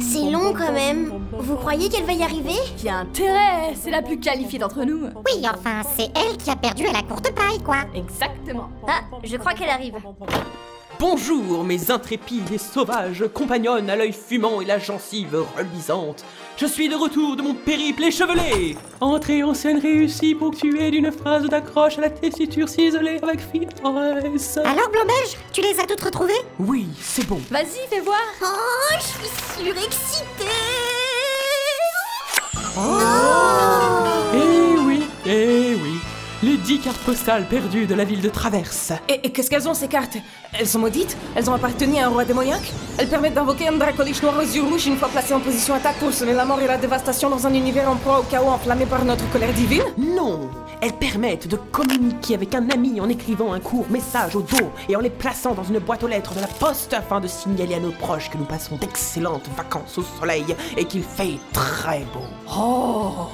C'est long quand même. Vous croyez qu'elle va y arriver Qui a intérêt C'est la plus qualifiée d'entre nous. Oui, enfin, c'est elle qui a perdu à la courte paille, quoi. Exactement. Ah, je crois qu'elle arrive. Bonjour mes intrépides et sauvages compagnonnes à l'œil fumant et la gencive reluisante. Je suis de retour de mon périple échevelé. Entrée en scène réussie ponctuée d'une phrase d'accroche à la tessiture ciselée avec finesse. Alors, Blanc-Belge, tu les as toutes retrouvées Oui, c'est bon. Vas-y, fais voir. Oh, je suis surexcitée Eh oui, eh oui. Les 10 cartes postales perdues de la ville de Traverse. Et, et qu'est-ce qu'elles ont ces cartes Elles sont maudites Elles ont appartenu à un roi démoniaque Elles permettent d'invoquer un dracoliche noir aux yeux rouges une fois placé en position attaque pour semer la mort et la dévastation dans un univers en proie au chaos enflammé par notre colère divine Non Elles permettent de communiquer avec un ami en écrivant un court message au dos et en les plaçant dans une boîte aux lettres de la poste afin de signaler à nos proches que nous passons d'excellentes vacances au soleil et qu'il fait très beau.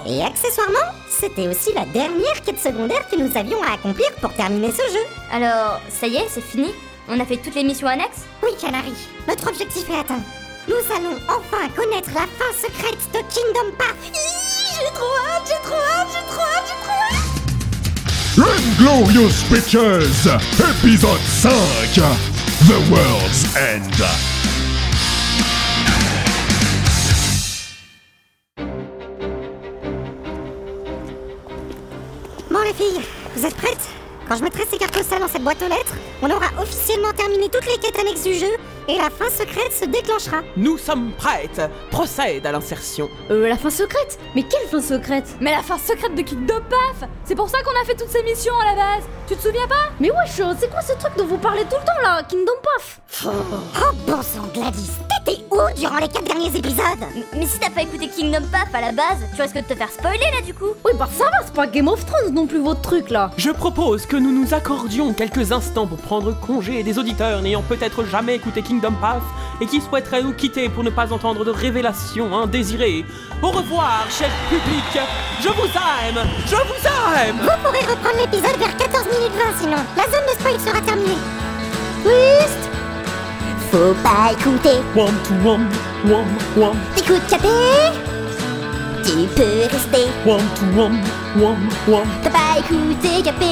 Et accessoirement, c'était aussi la dernière quête secondaire que nous avions à accomplir pour terminer ce jeu. Alors, ça y est, c'est fini On a fait toutes les missions annexes Oui, Canary, notre objectif est atteint. Nous allons enfin connaître la fin secrète de Kingdom Path. J'ai trop hâte, j'ai trop hâte, j'ai trop hâte, j'ai trop hâte. Inglorious Pictures, épisode 5, The World's End. Bon, les filles, vous êtes prêtes Quand je mettrai ces cartes postales dans cette boîte aux lettres, on aura officiellement terminé toutes les quêtes annexes du jeu et la fin secrète se déclenchera. Oh, Nous sommes prêtes Procède à l'insertion. Euh, la fin secrète Mais quelle fin secrète Mais la fin secrète de Kingdom Paf C'est pour ça qu'on a fait toutes ces missions à la base Tu te souviens pas Mais wesh, euh, c'est quoi ce truc dont vous parlez tout le temps là Kingdom Paf Oh bon sang, Gladys, t'étais où durant les quatre derniers épisodes Mais si t'as pas écouté Kingdom Path à la base, tu risques de te faire spoiler là du coup Oui, bah ça va, c'est pas Game of Thrones non plus votre truc là Je propose que nous nous accordions quelques instants pour prendre congé des auditeurs n'ayant peut-être jamais écouté Kingdom Path et qui souhaiteraient nous quitter pour ne pas entendre de révélations indésirées. Au revoir, cher public Je vous aime Je vous aime Vous pourrez reprendre l'épisode vers 14 minutes 20 sinon. La zone de spoil sera terminée. Twist Faut pas écouter. Wam to wam, wam wam, Écoute, capé Tu peux rester. wam to wam, wam wam, Faut pas écouter, capé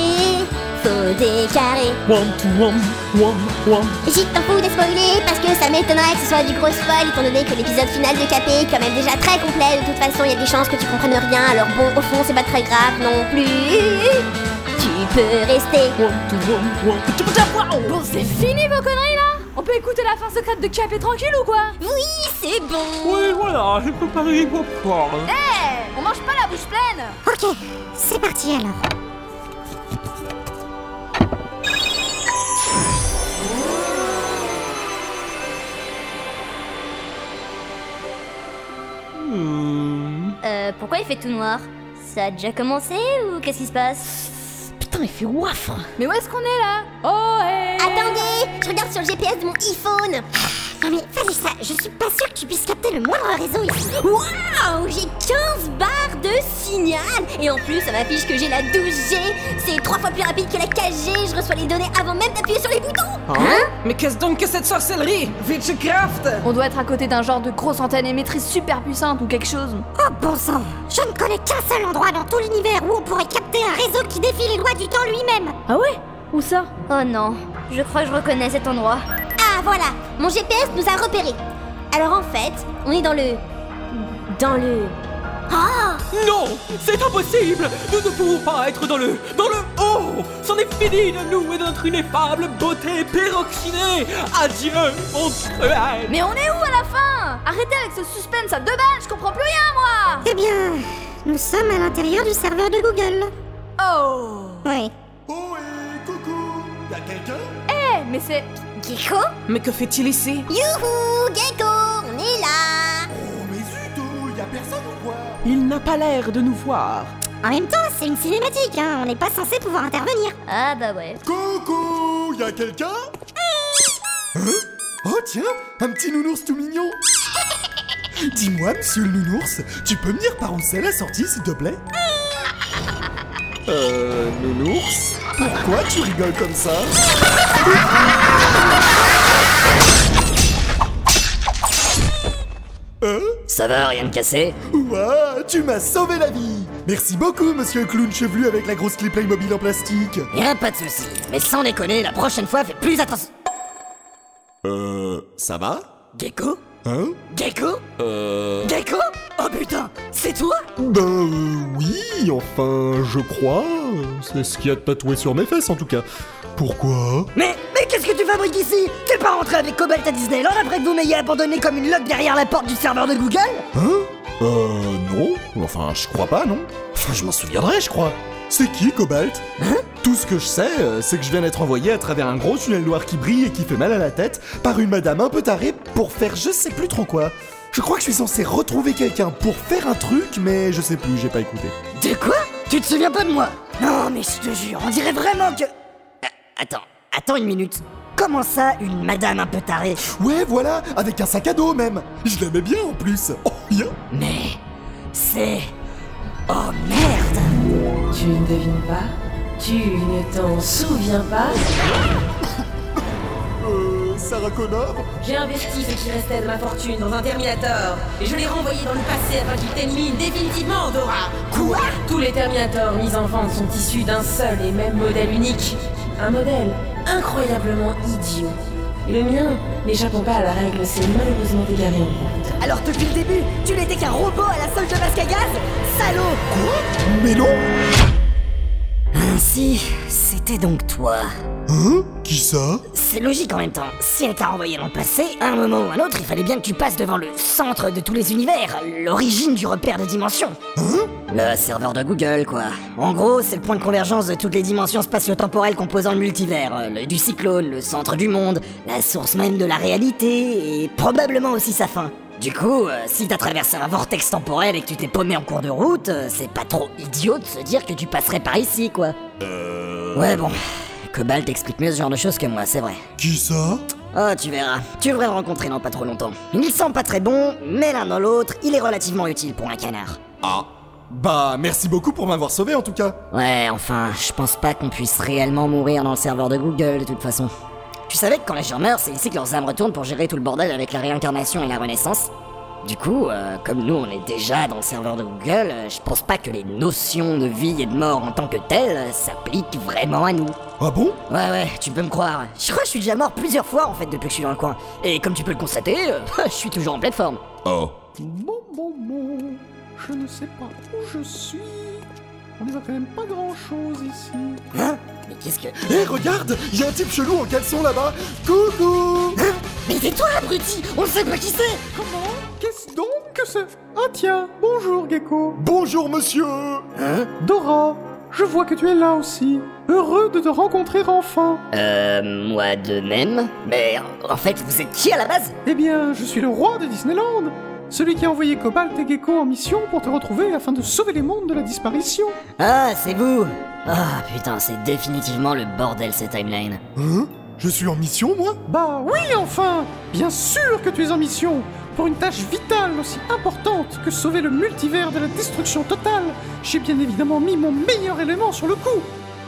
Faut déclarer. wam to wam, wam wam. J'ai t'en fous de spoiler parce que ça m'étonnerait que ce soit du gros spoil étant donné que l'épisode final de Capé est quand même déjà très complet. De toute façon, il y a des chances que tu comprennes rien. Alors bon, au fond, c'est pas très grave non plus. Tu peux rester. Oh, Bon, c'est fini vos conneries là On peut écouter la fin secrète de Cap et tranquille ou quoi Oui, c'est bon. Oui, voilà, j'ai préparé les popcorn. On mange pas la bouche pleine Ok, c'est parti alors. Euh, pourquoi il fait tout noir Ça a déjà commencé ou qu'est-ce qui se passe Putain, il fait wafre Mais où est-ce qu'on est là Oh, hey Attendez, je regarde sur le GPS de mon iPhone. Non mais vas-y ça, je suis pas sûre que tu puisses capter le moindre réseau ici. Waouh J'ai 15 barres de signal Et en plus, ça m'affiche que j'ai la 12G C'est trois fois plus rapide que la 4G Je reçois les données avant même d'appuyer sur les boutons Mais qu'est-ce donc que cette sorcellerie Witchcraft On doit être à côté d'un genre de grosse antenne émettrice super puissante ou quelque chose. Oh bon sang, je ne connais qu'un seul endroit dans tout l'univers où on pourrait capter un réseau qui défie les lois du temps lui-même. Ah ouais Où ça Oh non, je crois que je reconnais cet endroit. Ah voilà, Mon GPS nous a repérés. Alors en fait, on est dans le... Dans le... Non, c'est impossible Nous ne pouvons pas être dans le... dans le haut C'en est fini de nous et de notre ineffable beauté péroxydée Adieu, mon cruel Mais on est où à la fin Arrêtez avec ce suspense à deux balles, je comprends plus rien moi eh bien, nous sommes à l'intérieur du serveur de Google. Oh Oui. Ohé, coucou, y'a quelqu'un Eh, mais c'est... Gecko Mais que fait-il ici Youhou Gecko, on est là Oh, mais zut, oh, y'a personne ou quoi Il n'a pas l'air de nous voir. En même temps, c'est une cinématique, hein, on n'est pas censé pouvoir intervenir. Ah bah ouais. Coucou, y'a quelqu'un Hein Oh tiens, un petit nounours tout mignon Dis-moi, monsieur le nounours, tu peux me dire par où c'est la sortie, s'il te plaît Euh, nounours Pourquoi tu rigoles comme ça Ça va, rien de cassé Ouah, tu m'as sauvé la vie Merci beaucoup, monsieur le clown chevelu avec la grosse clé Playmobil en plastique Y'a pas de souci. Mais sans déconner, la prochaine fois, fais plus attention. Euh, ça va Gecko Hein Gecko Euh... Gecko Oh putain, c'est toi Ben euh, oui, enfin, je crois... C'est ce qu'il y a de tatoué sur mes fesses, en tout cas. Pourquoi Mais, mais qu'est-ce que tu fabriques ici T'es pas rentré avec Cobalt à Disneyland après que vous m'ayez abandonné comme une loque derrière la porte du serveur de Google Hein Euh, non. Enfin, je crois pas, non. Enfin, je m'en souviendrai, je crois. Hein C'est qui, Cobalt Tout ce que je sais, euh, c'est que je viens d'être envoyé à travers un gros tunnel noir qui brille et qui fait mal à la tête par une madame un peu tarée pour faire je sais plus trop quoi. Je crois que je suis censé retrouver quelqu'un pour faire un truc, mais je sais plus, j'ai pas écouté. De quoi Tu te souviens pas de moi Non, mais je te jure, on dirait vraiment que... Ah, Attends, attends une minute. Comment ça, une madame un peu tarée Ouais, voilà, avec un sac à dos même. Je l'aimais bien en plus. Oh, bien. Mais... c'est... Oh merde Tu ne devines pas Tu ne t'en souviens pas Euh, Sarah Connor J'ai investi ce qui restait de ma fortune dans un Terminator et je l'ai renvoyé dans le passé afin qu'il t'élimine définitivement, Dora Quoi Tous les Terminators mis en vente sont issus d'un seul et même modèle unique. Un modèle incroyablement idiot. Et le mien, n'échappant pas à la règle, s'est malheureusement égaré en vente. Alors depuis le début, tu n'étais qu'un robot à la salle de masque à gaz Salaud Mais non Ainsi, c'était donc toi. Hein Qui ça C'est logique en même temps. Si elle t'a renvoyé dans le passé, à un moment ou un autre, il fallait bien que tu passes devant le centre de tous les univers, l'origine du repère des dimensions. le serveur de Google, quoi. En gros, c'est le point de convergence de toutes les dimensions spatio-temporelles composant le multivers. euh, L'œil du cyclone, le centre du monde, la source même de la réalité, et probablement aussi sa fin. Du coup, euh, si t'as traversé un vortex temporel et que tu t'es paumé en cours de route, euh, c'est pas trop idiot de se dire que tu passerais par ici, quoi. Ouais, bon. Cobalt explique mieux ce genre de choses que moi, c'est vrai. Qui ça Oh, tu verras. Tu devrais le rencontrer dans pas trop longtemps. Il sent pas très bon, mais l'un dans l'autre, il est relativement utile pour un canard. Ah. Bah, merci beaucoup pour m'avoir sauvé en tout cas. Ouais, enfin, je pense pas qu'on puisse réellement mourir dans le serveur de Google, de toute façon. Tu savais que quand les gens meurent, c'est ici que leurs âmes retournent pour gérer tout le bordel avec la réincarnation et la renaissance Du coup, euh, comme nous on est déjà dans le serveur de Google, euh, je pense pas que les notions de vie et de mort en tant que telles euh, s'appliquent vraiment à nous. Ah bon Ouais, ouais, tu peux me croire. Je crois que je suis déjà mort plusieurs fois en fait depuis que je suis dans le coin. Et comme tu peux le constater, euh, je suis toujours en pleine forme. Oh. Bon, bon, bon, je ne sais pas où je suis. On ne voit quand même pas grand chose ici. Hein Mais qu'est-ce que. Eh regarde, y a un type chelou en caleçon là-bas. Coucou Eh, Mais tais-toi, abruti On sait pas qui c'est Comment Qu'est-ce donc que ce. Ah tiens, bonjour Gecko. Bonjour monsieur. Dora, je vois que tu es là aussi. Heureux de te rencontrer enfin. Euh, moi de même. Mais en fait, vous êtes qui à la base Eh bien, je suis le roi de Disneyland. Celui qui a envoyé Cobalt et Gecko en mission pour te retrouver afin de sauver les mondes de la disparition. Ah, c'est vous Ah putain, c'est définitivement le bordel ces timelines. Hein Je suis en mission moi Bah oui, enfin Bien sûr que tu es en mission Pour une tâche vitale aussi importante que sauver le multivers de la destruction totale, j'ai bien évidemment mis mon meilleur élément sur le coup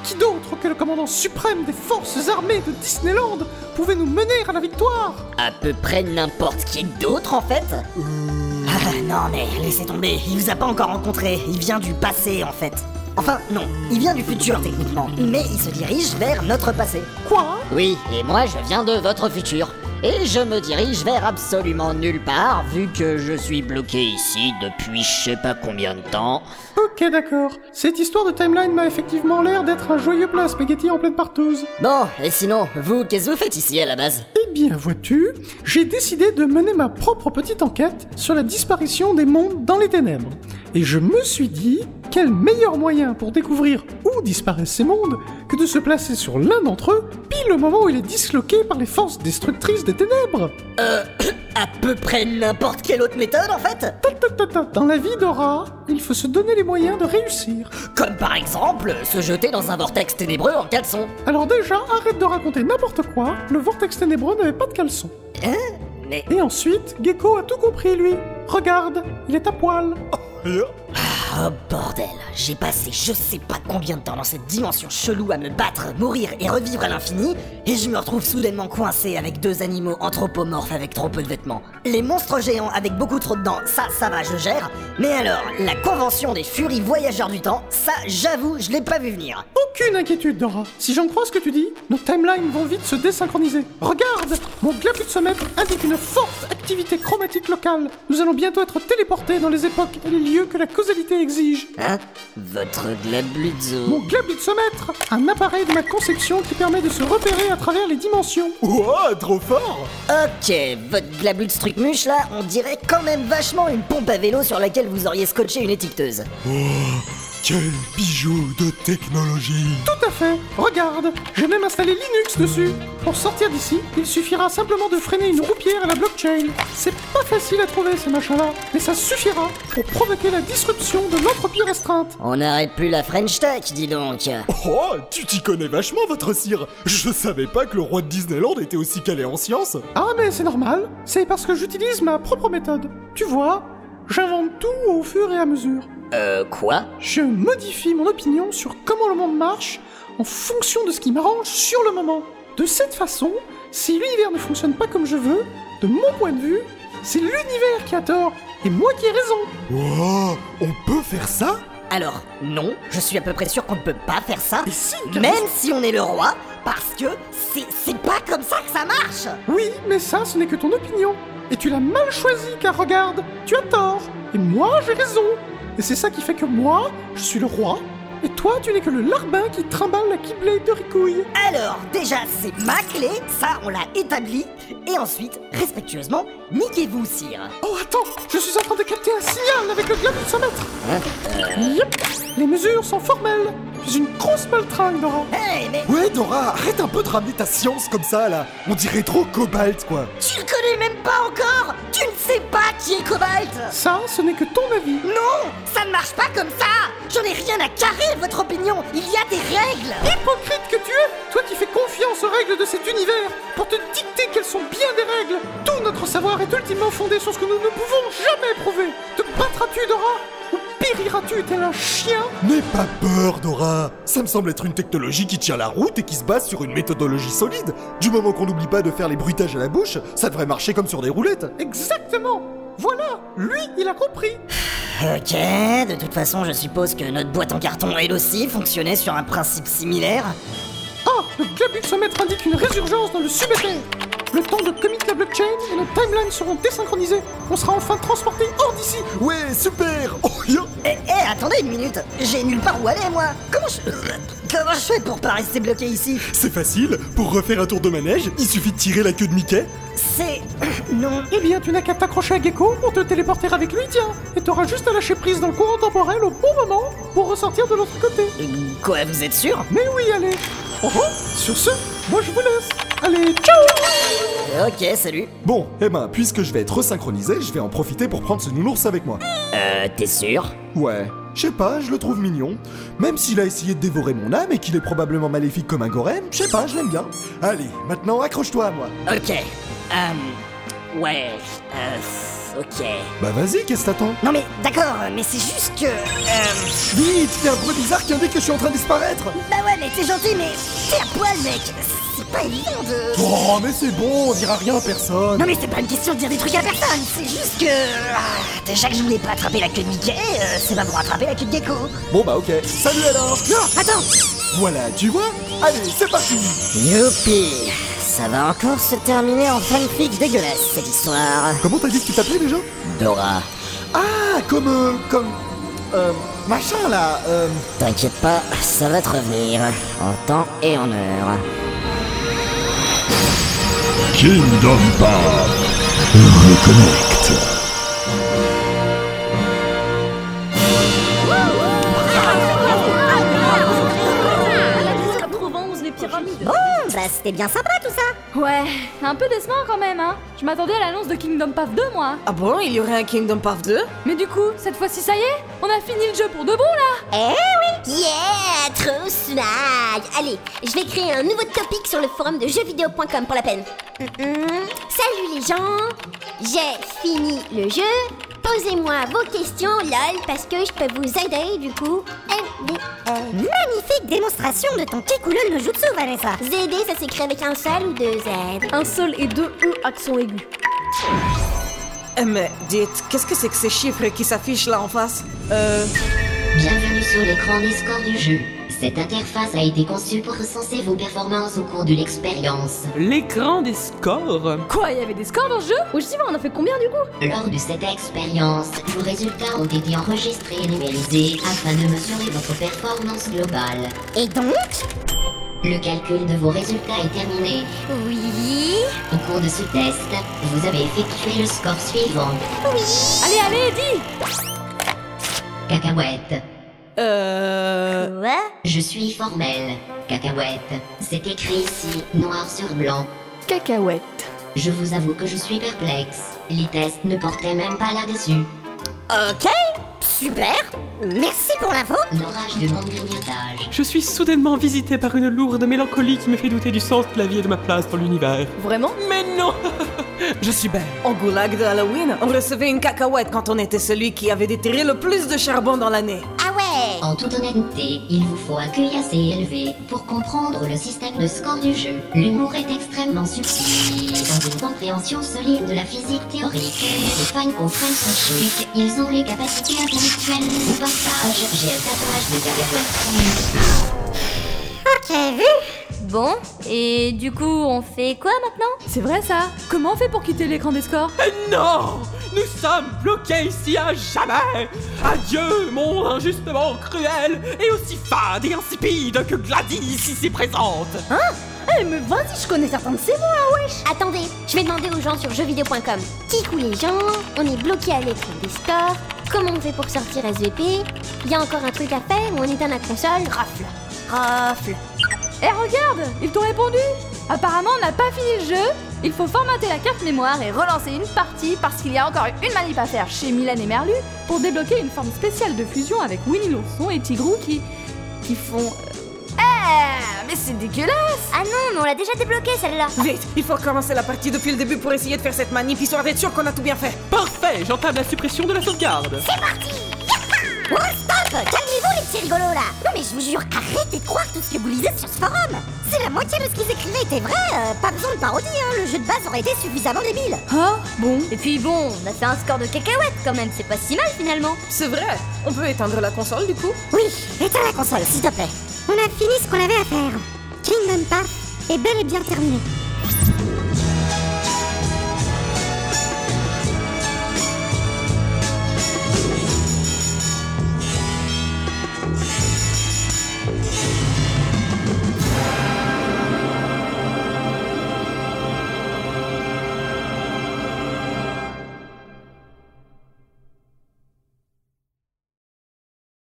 Qui d'autre que le commandant suprême des forces armées de Disneyland pouvait nous mener à la victoire À peu près n'importe qui d'autre en fait Ah, non mais laissez tomber, il vous a pas encore rencontré, il vient du passé en fait. Enfin, non, il vient du futur techniquement, mais il se dirige vers notre passé. Quoi Oui, et moi je viens de votre futur. Et je me dirige vers absolument nulle part, vu que je suis bloqué ici depuis je sais pas combien de temps. Ok, d'accord. Cette histoire de timeline m'a effectivement l'air d'être un joyeux plat spaghetti en pleine parteuse. Bon, et sinon, vous, qu'est-ce que vous faites ici à la base Eh bien, vois-tu, j'ai décidé de mener ma propre petite enquête sur la disparition des mondes dans les ténèbres. Et je me suis dit, quel meilleur moyen pour découvrir où disparaissent ces mondes que de se placer sur l'un d'entre eux, pile le moment où il est disloqué par les forces destructrices des ténèbres. À peu près n'importe quelle autre méthode en fait Ta ta ta ta. Dans la vie d'Aura, il faut se donner les moyens de réussir. Comme par exemple, se jeter dans un vortex ténébreux en caleçon. Alors déjà, arrête de raconter n'importe quoi, le vortex ténébreux n'avait pas de caleçon. Mais... Et ensuite, Gecko a tout compris, lui. Regarde, il est à poil. Eh, Ah Oh bordel, j'ai passé je sais pas combien de temps dans cette dimension chelou à me battre, mourir et revivre à l'infini, et je me retrouve soudainement coincé avec deux animaux anthropomorphes avec trop peu de vêtements. Les monstres géants avec beaucoup trop de dents, ça, ça va, je gère. Mais alors, la convention des furies voyageurs du temps, ça, j'avoue, je l'ai pas vu venir. Aucune inquiétude, Dora. Si j'en crois ce que tu dis, nos timelines vont vite se désynchroniser. Regarde Mon globule somètre indique une forte activité chromatique locale. Nous allons bientôt être téléportés dans les époques et les lieux que la causalité exige. Hein Votre Mon glabluzo. globule somètre Un appareil de ma conception qui permet de se repérer à travers les dimensions. Ouah, trop fort Ok, votre glabut trucmuche là, on dirait quand même vachement une pompe à vélo sur laquelle vous auriez scotché une étiqueteuse. Quel bijou de technologie Tout à fait Regarde J'ai même installé Linux dessus Pour sortir d'ici, il suffira simplement de freiner une roupière à la blockchain. C'est pas facile à trouver ces machins-là, mais ça suffira pour provoquer la disruption de notre pire restreinte. On n'arrête plus la French Tech, dis donc. Oh, tu t'y connais vachement, votre cire Je savais pas que le roi de Disneyland était aussi calé en science Ah mais c'est normal, c'est parce que j'utilise ma propre méthode. Tu vois, j'invente tout au fur et à mesure. Euh, quoi Je modifie mon opinion sur comment le monde marche en fonction de ce qui m'arrange sur le moment. De cette façon, si l'univers ne fonctionne pas comme je veux, de mon point de vue, c'est l'univers qui a tort et moi qui ai raison. Wow, on peut faire ça Alors, non, je suis à peu près sûr qu'on ne peut pas faire ça, Et si, même si on est le roi, parce que c'est c'est pas comme ça que ça marche Oui, mais ça, ce n'est que ton opinion. Et tu l'as mal choisie, car regarde, tu as tort. Et moi, j'ai raison. Et c'est ça qui fait que moi, je suis le roi. Et toi, tu n'es que le larbin qui trimballe la Keyblade de Ricouille. Alors, déjà, c'est ma clé, ça, on l'a établi, et ensuite, respectueusement, niquez-vous, sire Oh, attends, je suis en train de capter un signal avec le globe de 100 mètres. Yep, les mesures sont formelles. Je suis une grosse maltringue, Dora. Hé, Eh, mais Ouais, Dora, arrête un peu de ramener ta science comme ça, là On dirait trop Cobalt, quoi tu le connais même pas encore Tu ne sais pas qui est Cobalt Ça, ce n'est que ton avis. Non Ça ne marche pas comme ça J'en ai rien à carrer, de votre opinion Il y a des règles Hypocrite que tu es Toi qui fais confiance aux règles de cet univers pour te dicter qu'elles sont bien des règles Tout notre savoir est ultimement fondé sur ce que nous ne pouvons jamais prouver Te battras-tu, Dora Ou périras-tu tel un chien N'aie pas peur, Dora Ça me semble être une technologie qui tient la route et qui se base sur une méthodologie solide. Du moment qu'on n'oublie pas de faire les bruitages à la bouche, ça devrait marcher comme sur des roulettes. Exactement Voilà Lui, il a compris Ok, de toute façon, je suppose que notre boîte en carton, elle aussi, fonctionnait sur un principe similaire. Ah Le globule somètre indique une résurgence dans le subétaire Le temps de commit la blockchain et nos timelines seront désynchronisés On sera enfin transporté hors d'ici Ouais, super Oh, yo Eh, eh, attendez une minute J'ai nulle part où aller, moi Comment je... euh, Comment je fais pour pas rester bloqué ici C'est facile, pour refaire un tour de manège, il suffit de tirer la queue de Mickey. C'est... Non... Eh bien, tu n'as qu'à t'accrocher à Gecko pour te téléporter avec lui, tiens Et t'auras juste à lâcher prise dans le courant temporel au bon moment pour ressortir de l'autre côté Quoi, vous êtes sûr Mais oui, allez Oh oh Sur ce, moi je vous laisse Allez, ciao Ok, salut. Bon, eh ben, puisque je vais être resynchronisé, je vais en profiter pour prendre ce nounours avec moi. Euh, t'es sûr Ouais, je sais pas, je le trouve mignon. Même s'il a essayé de dévorer mon âme et qu'il est probablement maléfique comme un gorem, je sais pas, je l'aime bien. Allez, maintenant accroche-toi à moi. Ok. Euh... Ouais... Euh... Ok... Bah vas-y, qu'est-ce que t'attends Non mais, d'accord, mais c'est juste que... Euh... Vite, fais un bruit bizarre qui indique que je suis en train de disparaître Bah ouais, mais t'es gentil, mais... T'es à poil, mec C'est pas évident de... Oh, mais c'est bon, on dira rien à personne Non mais c'est pas une question de dire des trucs à personne, c'est juste que... ah, déjà que je voulais pas attraper la queue de Mickey, euh, c'est pas pour attraper la queue de Gecko. Bon bah ok, salut alors Ah, Non, attends Voilà, tu vois Allez, c'est parti Youpi Ça va encore se terminer en fanfic dégueulasse, cette histoire. Comment t'as dit que tu t'appelais déjà Dora, Ah, comme... euh, comme... Euh, machin là, euh... t'inquiète pas, ça va te revenir, en temps et en heure. Kingdom Bar Reconnect. les pyramides Bah, c'était bien sympa tout ça. Ouais, un peu décevant quand même, hein Je m'attendais à l'annonce de Kingdom Path 2, moi Ah bon, il y aurait un Kingdom Part 2 Mais du coup, cette fois-ci, ça y est On a fini le jeu pour de bon, Eh, là Yeah, trop swag Allez, je vais créer un nouveau topic sur le forum de jeuxvideo.com pour la peine. Hum, hum. Salut les gens, j'ai fini le jeu. Posez-moi vos questions, lol, parce que je peux vous aider du coup. Euh, magnifique démonstration de ton Kekulol no Jutsu, Vanessa. ZD, ça s'écrit avec un seul ou deux Z Un seul et deux E accent aigu. Euh, Mais dites, qu'est-ce que c'est que ces chiffres qui s'affichent là en face Euh. Bienvenue sur l'écran des scores du jeu. Cette interface a été conçue pour recenser vos performances au cours de l'expérience. L'écran des scores Quoi, il y avait des scores dans le jeu Ouais, je sais pas, on a fait combien du coup Lors de cette expérience, vos résultats ont été enregistrés et numérisés afin de mesurer votre performance globale. Et donc Le calcul de vos résultats est terminé. Oui Au cours de ce test, vous avez effectué le score suivant. Allez, allez, dis Cacahuète. Euh. Quoi Je suis formel. Cacahuète. C'est écrit ici, noir sur blanc. Cacahuète. Je vous avoue que je suis perplexe. Les tests ne portaient même pas là-dessus. Ok, super. Merci pour l'info. L'orage de mon grignotage. Je suis soudainement visité par une lourde mélancolie qui me fait douter du sens de la vie et de ma place dans l'univers. Vraiment Mais non Je suis belle. En goulag de Halloween, on recevait une cacahuète quand on était celui qui avait déterré le plus de charbon dans l'année. Ah ouais En toute honnêteté, il vous faut un QI assez élevé pour comprendre le système de score du jeu. L'humour est extrêmement subtil dans une compréhension solide de la physique théorique. Les fans comprennent son chic. Ils ont les capacités intellectuelles de portage. J'ai un tatouage de cacahuète. Bon, et du coup, on fait quoi maintenant C'est vrai ça Comment on fait pour quitter l'écran des scores Non Nous sommes bloqués ici à jamais Adieu, monde injustement cruel et aussi fade et insipide que Gladys ici présente Hein Eh, mais vas-y, je connais certains de ces mots hein. Attendez, je vais demander aux gens sur jeuxvideo.com. Qui coule les gens On est bloqué à l'écran des scores. Comment on fait pour sortir SVP Il y a encore un truc à faire ou on éteint la console Rafle. Rafle. Eh, regarde Ils t'ont répondu Apparemment, on n'a pas fini le jeu Il faut formater la carte mémoire et relancer une partie parce qu'il y a encore une manip à faire chez Milan et Merlu pour débloquer une forme spéciale de fusion avec Winnie l'ourson et Tigrou qui. qui font. Eh Mais c'est dégueulasse Ah non, mais on l'a déjà débloqué celle-là. Vite, il faut commencer la partie depuis le début pour essayer de faire cette manip histoire d'être sûr qu'on a tout bien fait. Parfait, j'entame la suppression de la sauvegarde. Oh stop Calmez-vous les petits rigolos là Non mais je vous jure, arrêtez de croire tout ce que vous lisez sur ce forum Si la moitié de ce qu'ils écrivaient était vrai, euh, pas besoin de parodie, hein, le jeu de base aurait été suffisamment débile Ah, bon Et puis Hein bon, on a fait un score de cacahuètes quand même, c'est pas si mal finalement. C'est vrai, on peut éteindre la console du coup Oui, éteins la console, s'il te plaît On a fini ce qu'on avait à faire. Kingdom Path est bel et bien terminé.